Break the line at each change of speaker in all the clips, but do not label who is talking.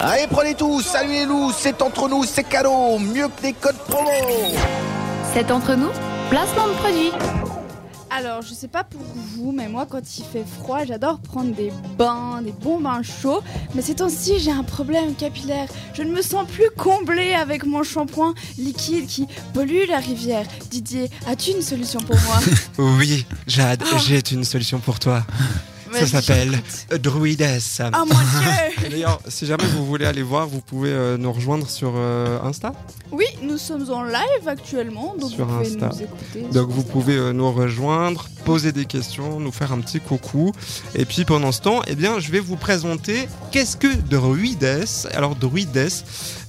Allez, prenez tout, saluez-nous, c'est entre nous, c'est cadeau, mieux que des codes promo.
C'est entre nous, placement de produit.
Alors, je sais pas pour vous, mais moi, quand il fait froid, j'adore prendre des bains, des bons bains chauds. Mais ces temps-ci, j'ai un problème capillaire. Je ne me sens plus comblée avec mon shampoing liquide qui pollue la rivière. Didier, as-tu une solution pour moi
Oui, Jade, j'ai une solution pour toi. Ça
Oh. Vas-y,
s'appelle
j'écoute.
Druides.
Oh mon dieu
Et D'ailleurs, si jamais vous voulez aller voir, vous pouvez euh, nous rejoindre sur euh, Insta.
Oui, nous sommes en live actuellement, donc
Sur
vous pouvez
Insta.
nous écouter. sur
Donc vous
Insta.
pouvez euh, nous rejoindre, poser des questions, nous faire un petit coucou. Et puis pendant ce temps, eh bien, je vais vous présenter qu'est-ce que Druides. Alors Druides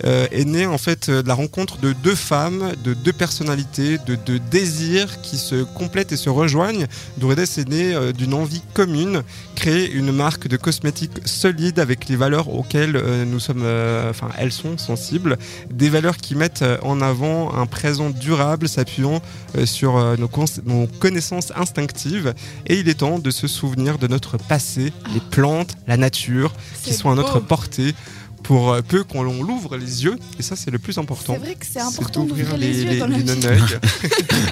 euh, est né en fait euh, de la rencontre de deux femmes, de deux personnalités, de deux désirs qui se complètent et se rejoignent. Druides est né euh, d'une envie commune, créer une marque de cosmétiques solide avec les valeurs auxquelles euh, nous sommes, euh, enfin elles sont sensibles, des valeurs qui mettent euh, en avant un présent durable s'appuyant euh, sur euh, nos, cons- nos connaissances instinctives. Et il est temps de se souvenir de notre passé, les plantes, la nature, qui
Ah. C'est
sont à notre
beau.
portée pour euh, peu qu'on l'on l'ouvre les yeux. Et ça, c'est le plus important.
C'est vrai que c'est important d'ouvrir les, yeux
les-
dans la
les
vie.
non-yeux.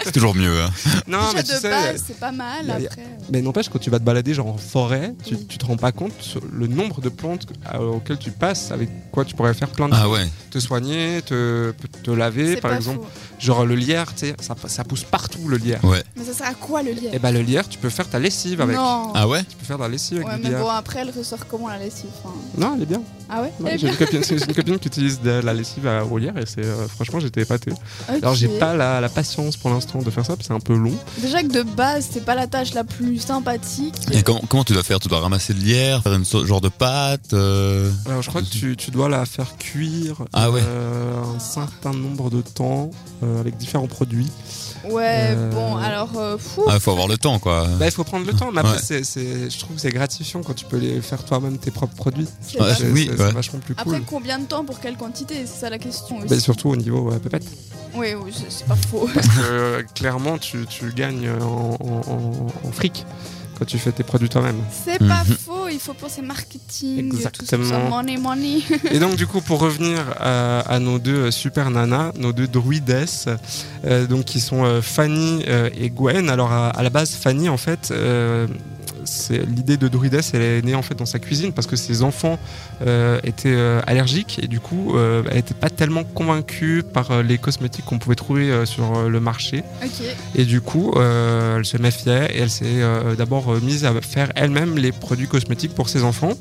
C'est toujours mieux. hein.
non,
Déjà
mais
de
tu sais,
base, c'est pas mal.
y a-
Après,
mais n'empêche, quand tu vas te balader genre en forêt, tu,
Oui.
tu te rends pas compte sur le nombre de plantes que- euh, auxquelles tu passes, avec quoi tu pourrais faire plein de
Ah ouais.
te soigner, te, te laver,
c'est
par
pas
exemple.
faux.
Genre le lièvre, tu sais, ça, ça pousse partout le lièvre.
Ouais.
Mais ça sert à quoi le
Et
lièvre
bah le lièvre, tu peux faire ta lessive avec.
Non.
Ah ouais
Tu peux faire de la lessive avec
Ouais,
du
mais
lièvre.
bon, après, elle ressort comment la lessive enfin,
Non, elle est bien.
Ah ouais,
Ouais,
Eh
j'ai
bien,
une, copine- j'ai une copine qui utilise de la lessive à roulière et c'est euh, franchement j'étais épaté. Alors
ok.
j'ai pas la, la patience pour l'instant de faire ça, parce que c'est un peu long.
Déjà que de base, c'est pas la tâche la plus sympathique.
Et comment, comment tu dois faire Tu dois ramasser le lierre, faire une sorte genre de pâte euh,
Alors je crois que tu, tu dois la faire cuire
Ah ouais.
euh, un certain nombre de temps euh, avec différents produits.
Ouais,
Euh,
bon, alors, euh, fou.
Ah, faut avoir le temps quoi.
Bah il faut prendre le temps, mais après
Ouais.
c'est- c'est- je trouve que c'est gratifiant quand tu peux les faire toi-même tes propres produits.
c'est
ouais,
pas-
C'est
oui,
c'est-
ouais.
c'est vachement plus cool.
Après, combien de temps pour quelle quantité C'est ça la question aussi.
Bah, surtout au niveau euh, pépette.
Oui, oui, c'est- c'est pas faux.
Parce que euh, clairement tu, tu gagnes euh, en, en- en- en fric quand tu fais tes produits toi-même.
C'est pas
Mhm.
faux, il faut penser marketing, tout ça,
Exactement.
money, money.
Et donc du coup pour revenir à, à nos deux euh, super nanas, nos deux druidesses, euh, donc qui sont euh, Fanny euh, et Gwen. Alors à, à la base Fanny en fait, euh, c'est l'idée de druidesse, elle est née en fait dans sa cuisine parce que ses enfants euh, étaient euh, allergiques et du coup euh, elle n'était pas tellement convaincue par euh, les cosmétiques qu'on pouvait trouver euh, sur euh, le marché.
Ok,
Et du coup, euh, elle se méfiait et elle s'est euh, d'abord euh, mise à faire elle-même les produits cosmétiques pour ses enfants.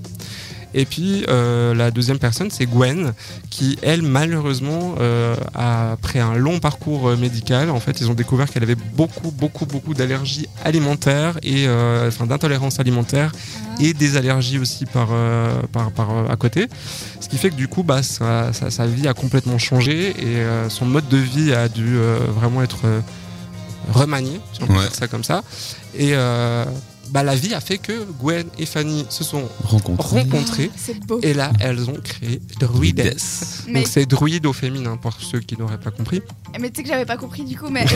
Et puis euh, la deuxième personne, c'est Gwen, qui elle malheureusement, euh, a- après un long parcours euh, médical, en fait, ils ont découvert qu'elle avait beaucoup, beaucoup, beaucoup d'allergies alimentaires et euh, enfin d'intolérance alimentaire et des allergies aussi par, euh, par, par, euh, à côté. Ce qui fait que du coup, bah, sa, sa- sa vie a complètement changé et euh, son mode de vie a dû euh, vraiment être euh, remanié, si on peut
Ouais.
dire ça comme ça. Et euh, bah, la vie a fait que Gwen et Fanny se sont
Rencontre.
rencontrées
c'est beau.
et là, elles ont créé Druides.
Mais,
Donc c'est druide au féminin pour ceux qui n'auraient pas compris.
mais tu sais que j'avais pas compris du coup, mais.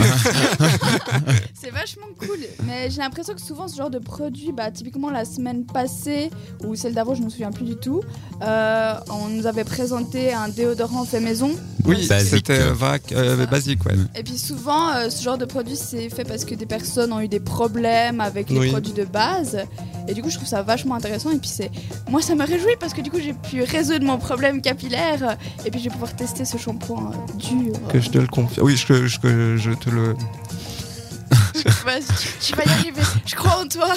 c'est vachement cool. Mais j'ai l'impression que souvent, ce genre de produit, bah, typiquement la semaine passée ou celle d'avant, je me souviens plus du tout, euh, on nous avait présenté un déodorant fait maison.
Oui,
Basique.
c'était euh, vac- euh, basique, ouais.
Et puis souvent, euh, ce genre de produit, c'est fait parce que des personnes ont eu des problèmes avec les
Oui.
produits de base. Et du coup, je trouve ça vachement intéressant. Et puis, c'est moi, ça me réjouit parce que du coup, j'ai pu résoudre mon problème capillaire. Et puis, je vais pouvoir tester ce shampoing euh, dur.
Que je te le confie. Oui, je, que- je, que je te le.
Vas-y, je vais y arriver. Je crois en toi.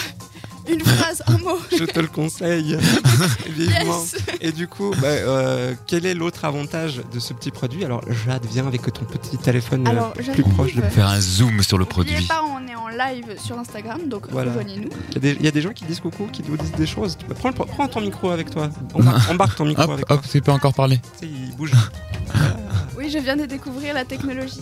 Une phrase, un mot.
Je te le conseille. Vivement.
Yes.
Et du coup, bah, euh, quel est l'autre avantage de ce petit produit Alors, Jade, viens avec ton petit téléphone euh,
Alors,
plus proche. de-
Faire un zoom sur le
N'oubliez
produit.
pas, on est en live sur Instagram, donc
Voilà.
rejoignez-nous.
Il y, a des- il y a des gens qui disent coucou, qui nous disent des choses. Tu peux- Prends, le- prends ton micro avec toi. Embarque, embarque ton micro
Hop,
avec
hop, tu peux encore parler.
toi. Tu sais, il bouge.
Oui, je viens de découvrir la technologie.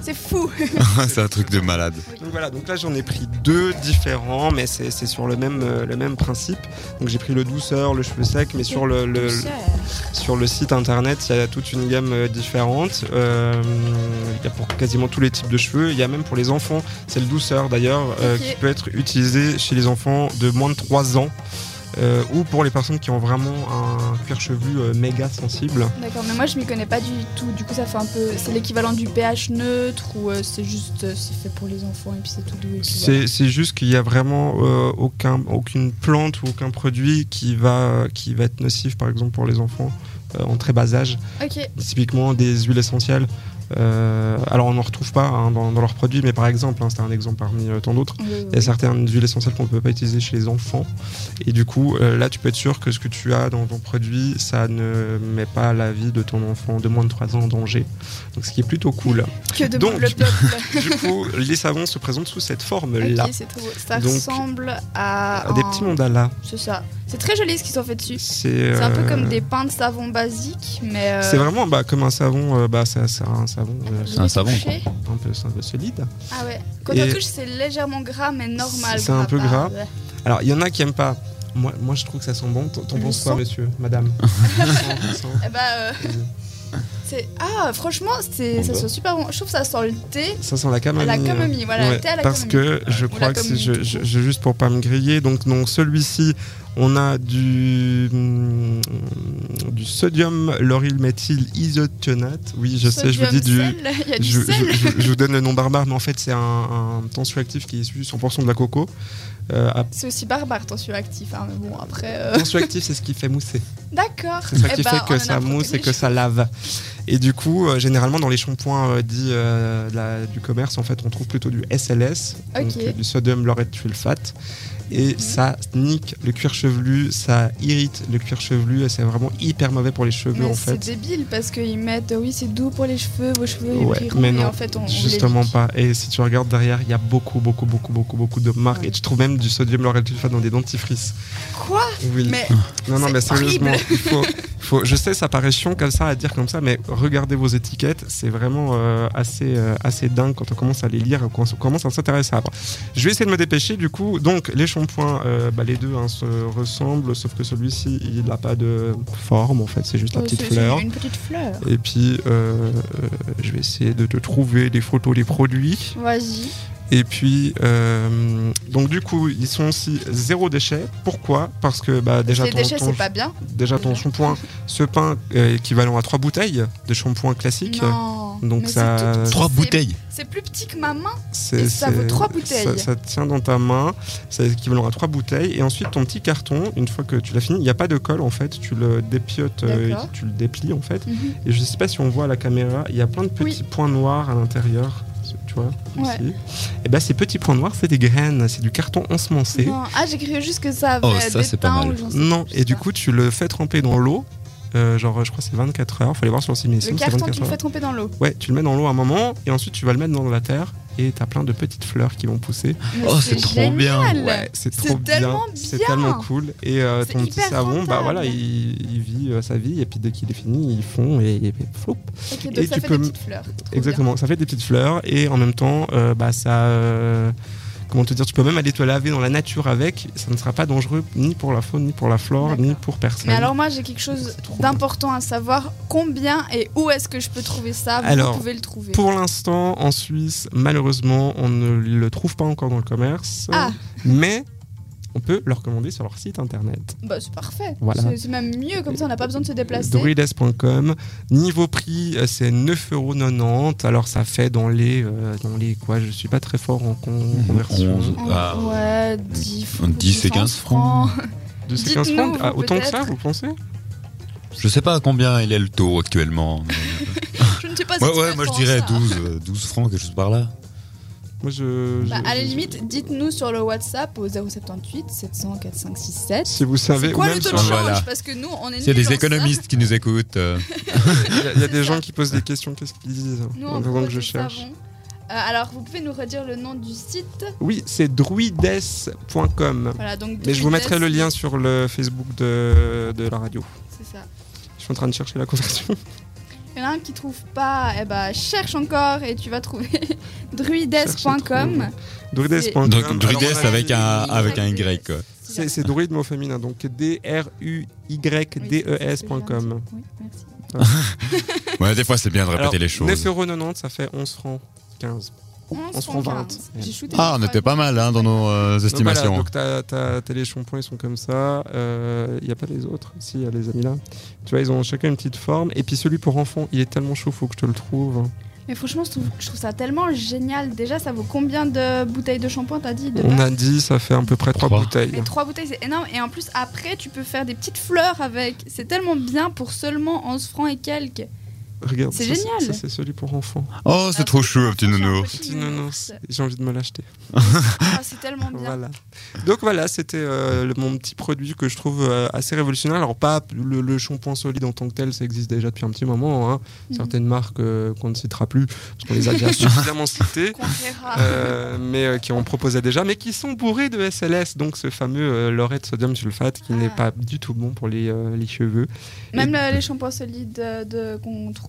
C'est fou.
c'est un truc de malade.
Donc voilà, donc là j'en ai pris deux différents, mais c'est c'est sur le même, euh, le même principe. Donc j'ai pris le douceur, le cheveu sec, mais sur le, le- sur le site internet, il y a toute une gamme euh, différente. Euh, Il y a pour quasiment tous les types de cheveux. Il y a même pour les enfants, c'est le douceur d'ailleurs, euh,
Ok.
qui peut être utilisé chez les enfants de moins de 3 ans. euh, ou pour les personnes qui ont vraiment un cuir chevelu euh, méga sensible.
D'accord, mais moi je m'y connais pas du tout. Du coup, ça fait un peu. C'est l'équivalent du pH neutre ou euh, c'est juste. euh, c'est fait pour les enfants et puis c'est tout doux. et puis voilà.
C'est c'est juste qu'il n'y a vraiment euh, aucun, aucune plante ou aucun produit qui va, qui va être nocif, par exemple, pour les enfants euh, en très bas âge.
Ok,
Typiquement des huiles essentielles. Euh, alors on n'en retrouve pas hein, dans, dans leurs produits, mais par exemple, hein, c'était un exemple parmi euh, tant d'autres.
Oui, oui,
Il y a certaines huiles essentielles qu'on ne peut pas utiliser chez les enfants. Et du coup, euh, là, tu peux être sûr que ce que tu as dans ton produit, ça ne met pas la vie de ton enfant de moins de 3 ans en danger. Donc, ce qui est plutôt cool.
oui. que demande
Donc-
le peuple
du coup, les savons se présentent sous cette forme-là.
Ok, c'est trop beau. Ça
Donc,
ressemble à.
Des
un-
petits mandalas.
C'est ça. C'est très joli ce qu'ils ont fait dessus.
C'est
oh. C'est un peu
euh,
comme des pains de savon basiques, mais. euh,
C'est vraiment bah, comme un savon, euh, bah, c'est c'est un savon euh,
je
C'est un
l'ai
savon,
touché.
un, peu, c'est un peu solide.
Ah ouais. Quand
Et-
on touche, c'est légèrement gras, mais normal.
C'est un peu
pas-
gras.
ouais.
Alors, il y en a qui aiment pas. Moi, moi, je trouve que ça sent bon. T'en t'en
Le
penses quoi,
sang.
monsieur, madame Le sang,
Eh bah, euh,
le sang.
c'est. Ah, franchement, c'est... ça sent super bon. Je trouve que ça sent le thé
Ça sent la
à
camomille.
la camomille. Voilà,
Ouais,
le thé à la
parce
camomille.
que je
Ou la
crois que c'est
camomille,
je,
tout
je-
court.
je- juste pour pas me griller. Donc, donc celui-ci, on a du hum, du sodium laurylméthyl isothionate. Oui, je sais, je vous dis du.
Sodium, sel, Il y a du
je,
sel.
je- je- je vous donne le nom barbare, mais en fait, c'est un, un tensioactif qui est issu 100% de la coco. Euh, à-
C'est aussi barbare ton actif. Hein, mais bon, après. euh,
tensioactif, c'est ce qui fait mousser.
D'accord.
C'est ça
Eh
qui
bah,
fait
on en
que ça
apprend
mousse
tous
et
les
que ça lave. Et du coup, euh, généralement, dans les shampoings euh, dits euh, de la- du commerce, en fait, on trouve plutôt du SLS, donc
Ok. Mhm.
euh, du sodium laureth sulfate. Et ça nique le cuir chevelu, ça irrite le cuir chevelu, et c'est vraiment hyper mauvais pour les cheveux,
Mais
en
c'est
fait.
débile parce qu'ils mettent euh, oui c'est doux pour les cheveux, vos cheveux ils
Ouais,
brilleront
mais
et
non,
en fait on, on
Justement
les
pas. Et si tu regardes derrière, il y a beaucoup, beaucoup, beaucoup, beaucoup, beaucoup de marques.
Ouais.
Et tu trouves même du sodium laureth sulfate dans des dentifrices.
Quoi
Oui.
Mais
Non, non,
C'est
mais sérieusement,
horrible.
il faut, faut- je sais, ça paraît chiant comme ça à dire comme ça, mais regardez vos étiquettes, c'est vraiment euh, assez, euh, assez dingue quand on commence à les lire, et qu'on s- commence à s'intéresser à. Je vais essayer de me dépêcher, du coup. Donc, les shampoings, euh, bah, les deux hein, se ressemblent, sauf que celui-ci, il n'a pas de forme, en fait, c'est juste la
Oh,
petite
c'est- c'est
fleur.
Une petite fleur.
Et puis, euh, euh, je vais essayer de te trouver des photos des produits.
Vas-y.
Et puis, euh, donc du coup, ils sont aussi zéro déchet. Pourquoi Parce que bah, déjà,
les
ton-
déchets
ton-
c'est pas bien.
Déjà ton
Déjà.
shampoing, ce pain euh, équivalent à trois bouteilles de shampoing classique.
Non.
Donc
mais
ça-
c'est tout petit,
Trois
c'est-
bouteilles.
C'est plus petit que ma main.
C'est-
Et ça vaut
c'est-
trois bouteilles.
Ça, ça tient dans ta main, c'est équivalent à trois bouteilles. Et ensuite, ton petit carton, une fois que tu l'as fini, il n'y a pas de colle en fait, tu le dépiotes, euh,
D'accord.
tu le déplies en fait.
Mhm.
Et je sais pas si on voit à la caméra, il y a plein de petits points noirs à l'intérieur. Tu vois
Ouais.
ici. Et ben ces petits points noirs, c'est des graines, c'est du carton ensemencé.
Non. Ah j'ai cru juste que ça avait
Oh, ça,
des
c'est pas
teints
mal.
ou j'en sais
Non,
plus, je sais
et du
pas.
coup, tu le fais tremper dans l'eau. Euh, genre, je crois que c'est 24 heures. Faut aller voir sur le site, mais
le
sinon, c'est
carton
24
tu le
heures.
fais tromper dans l'eau.
Ouais, tu le mets dans l'eau un moment et ensuite tu vas le mettre dans la terre et t'as plein de petites fleurs qui vont pousser.
Mais
Oh, c'est trop bien.
génial.
c'est
C'est
trop
tellement
bien. C'est
bien.
tellement cool. Et euh,
C'est
ton petit
hyper
savon, bah
rentable.
voilà, il, il vit euh, sa vie et puis dès qu'il est fini, il fond et, et floup.
Ok, donc
Et
ça
tu
fait
peux-
des petites fleurs. Trop bien.
Exactement, ça fait des petites fleurs et en même temps, euh, bah ça. euh, Comment te dire, tu peux même aller te laver dans la nature avec, ça ne sera pas dangereux ni pour la faune, ni pour la flore, ni
D'accord.
pour personne.
Mais alors moi j'ai quelque chose d'important à savoir, combien et où est-ce que je peux trouver ça Vous
Alors,
pouvez le trouver.
Pour l'instant, en Suisse, malheureusement, on ne le trouve pas encore dans le commerce.
Ah.
Mais on peut le recommander sur leur site internet.
Bah c'est parfait.
Voilà.
C'est- C'est même mieux comme ça, on n'a pas besoin de se déplacer.
Druides.com. Niveau prix, euh, c'est 9,90€. Alors ça fait dans les. euh, dans les quoi Je suis pas très fort en con- conversion.
Onze.
En-
Ah.
Ouais, 10 francs.
10 et 15 francs.
De ces
Dites-nous,
15 francs
vous,
Ah, Autant que
peut-être.
ça, vous pensez
Je sais pas à combien il est le taux actuellement.
Je ne sais pas
Ouais,
si
ouais,
tu
moi je
penses
dirais
ça.
12, euh, 12 francs, quelque chose par là.
Moi je.
Bah,
je-
à la
je-
limite, dites-nous sur le WhatsApp au 078 700 4567.
Si vous savez.
C'est quoi
ou même
le taux de
sur-
change
Voilà.
Parce que nous, on est
S'il y a
nuls en
des
ça.
économistes qui nous écoutent, euh,
Il y a- il y a des
C'est
gens
ça.
qui posent des questions. Qu'est-ce qu'ils disent
Nous,
en
on
attendant
prend
que je
du
cherche.
savon. Euh, alors, vous pouvez nous redire le nom du site
Oui, c'est druides.com.
Voilà, donc.
Mais je vous
Druides,
mettrai le lien sur le Facebook de, de la radio.
C'est ça.
Je suis en train de chercher la conversion.
Il y en a un qui trouve pas, eh bah cherche encore et tu vas trouver
Cherche et trouve.
druides.com.
Druides.com.
donc druides
Alors, on a-
avec un, avec un Y. quoi.
C'est, c'est druide, mais au féminin. Donc E D-R-U-Y-D-E-S.com.
Oui, merci.
Ouais, des fois c'est bien de répéter
Alors,
les choses.
9,90€, ça fait 11 francs 15. 11,20.
J'ai shooté
Ah, on était pas mal hein, dans nos euh,
Donc voilà,
estimations.
hein. donc t'as- t'as t'as les shampoings, ils sont comme ça. Il n'y a pas les autres. Si, il y a les amis là. Tu vois, ils ont chacun une petite forme. Et puis celui pour enfant, il est tellement chaud, faut que je te le trouve.
Mais franchement, je trouve, je trouve ça tellement génial. Déjà, ça vaut combien de bouteilles de shampoing, t'as dit de
On
base
a dit, ça fait à peu près trois
Trois.
bouteilles.
Mais trois bouteilles, c'est énorme. Et en plus, après, tu peux faire des petites fleurs avec. C'est tellement bien pour seulement 11 francs et quelques.
Regarde,
C'est
ça,
génial.
Ça, c'est celui pour enfant.
Oh, c'est trop chou, petit nounou.
Petit nounours. J'ai envie de me l'acheter.
Ah, c'est tellement bien.
Voilà. Donc voilà, c'était euh, le- mon petit produit que je trouve euh, assez révolutionnaire. Alors pas le, le shampoing solide en tant que tel, ça existe déjà depuis un petit moment. hein.
Mhm.
Certaines marques euh, qu'on ne citera plus, parce qu'on les a déjà suffisamment citées.
Qu'on verra.
euh, mais euh, qui en proposaient déjà, mais qui sont bourrés de SLS, donc ce fameux euh, laureth de sodium sulfate qui
Ah.
n'est pas du tout bon pour les, euh, les cheveux.
Même le- les shampoings solides euh, de- qu'on trouve.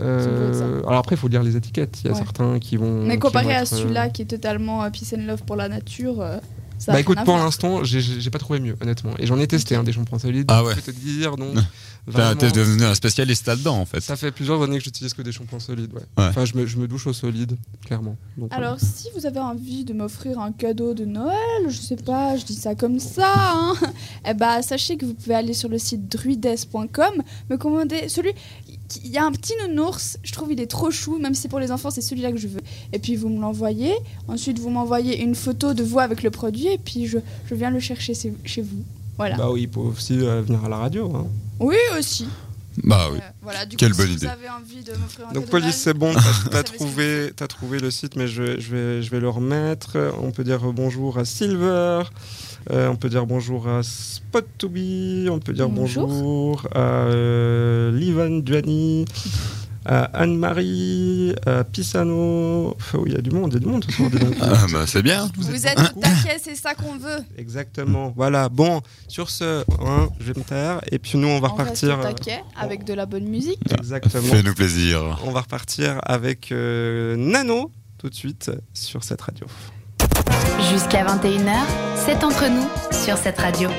Euh,
C'est
alors après, il faut lire les étiquettes. Il y a
Ouais.
certains qui vont.
Mais
qui
comparé
vont
à
être, euh,
celui-là qui est totalement euh, peace and love pour la nature, euh, ça a
Bah
rien
écoute,
à
pour
voir.
l'instant, j'ai- j'ai j'ai pas trouvé mieux, honnêtement. Et j'en ai testé hein, des shampoings solides.
Ah ouais.
Je peux te dire, donc.
T'as- T'es
vraiment,
devenu un spécialiste là-dedans, en fait.
Ça fait plusieurs années que j'utilise que des shampoings solides. Ouais.
Ouais.
Enfin, je me, je me douche au solide, clairement. Donc,
Alors, si vous avez envie de m'offrir un cadeau de Noël, je sais pas, je dis ça comme ça, hein, eh bah, sachez que vous pouvez aller sur le site druides.com, me commander celui. qui- Il y a un petit nounours, je trouve il est trop chou, même si c'est pour les enfants, c'est celui-là que je veux. Et puis vous me l'envoyez, ensuite vous m'envoyez une photo de vous avec le produit, et puis je, je viens le chercher chez chez vous. Voilà.
Bah oui, il peut aussi euh, venir à la radio. hein.
Oui, aussi.
Bah oui.
Euh, voilà, du
Quelle
coup,
bonne
si
idée.
vous avez envie de m'offrir un cadeau
Donc
de
Police,
Noël,
c'est bon, t'as- t'as
savez ce
trouvé, t'as trouvé le site, mais je, je vais, je vais le remettre. On peut dire bonjour à Silver, euh, on peut dire bonjour à Spot to be, on peut dire bonjour,
Bonjour.
à euh, Livan Duani, à Anne-Marie, à Pisano. Enfin, oui, il y a du monde, il y a du monde ce soir. dis donc.
Ah, bah, c'est bien.
vous êtes au taquet, c'est ça qu'on veut.
Exactement. Voilà. Bon, sur ce, hein, je vais me taire et puis nous on va
On reste
euh,
repartir.
au taquet avec de la bonne musique.
euh, Exactement.
Fais-nous plaisir.
On va repartir avec euh, Nano tout de suite sur cette radio.
Jusqu'à 21h, c'est entre nous sur cette radio.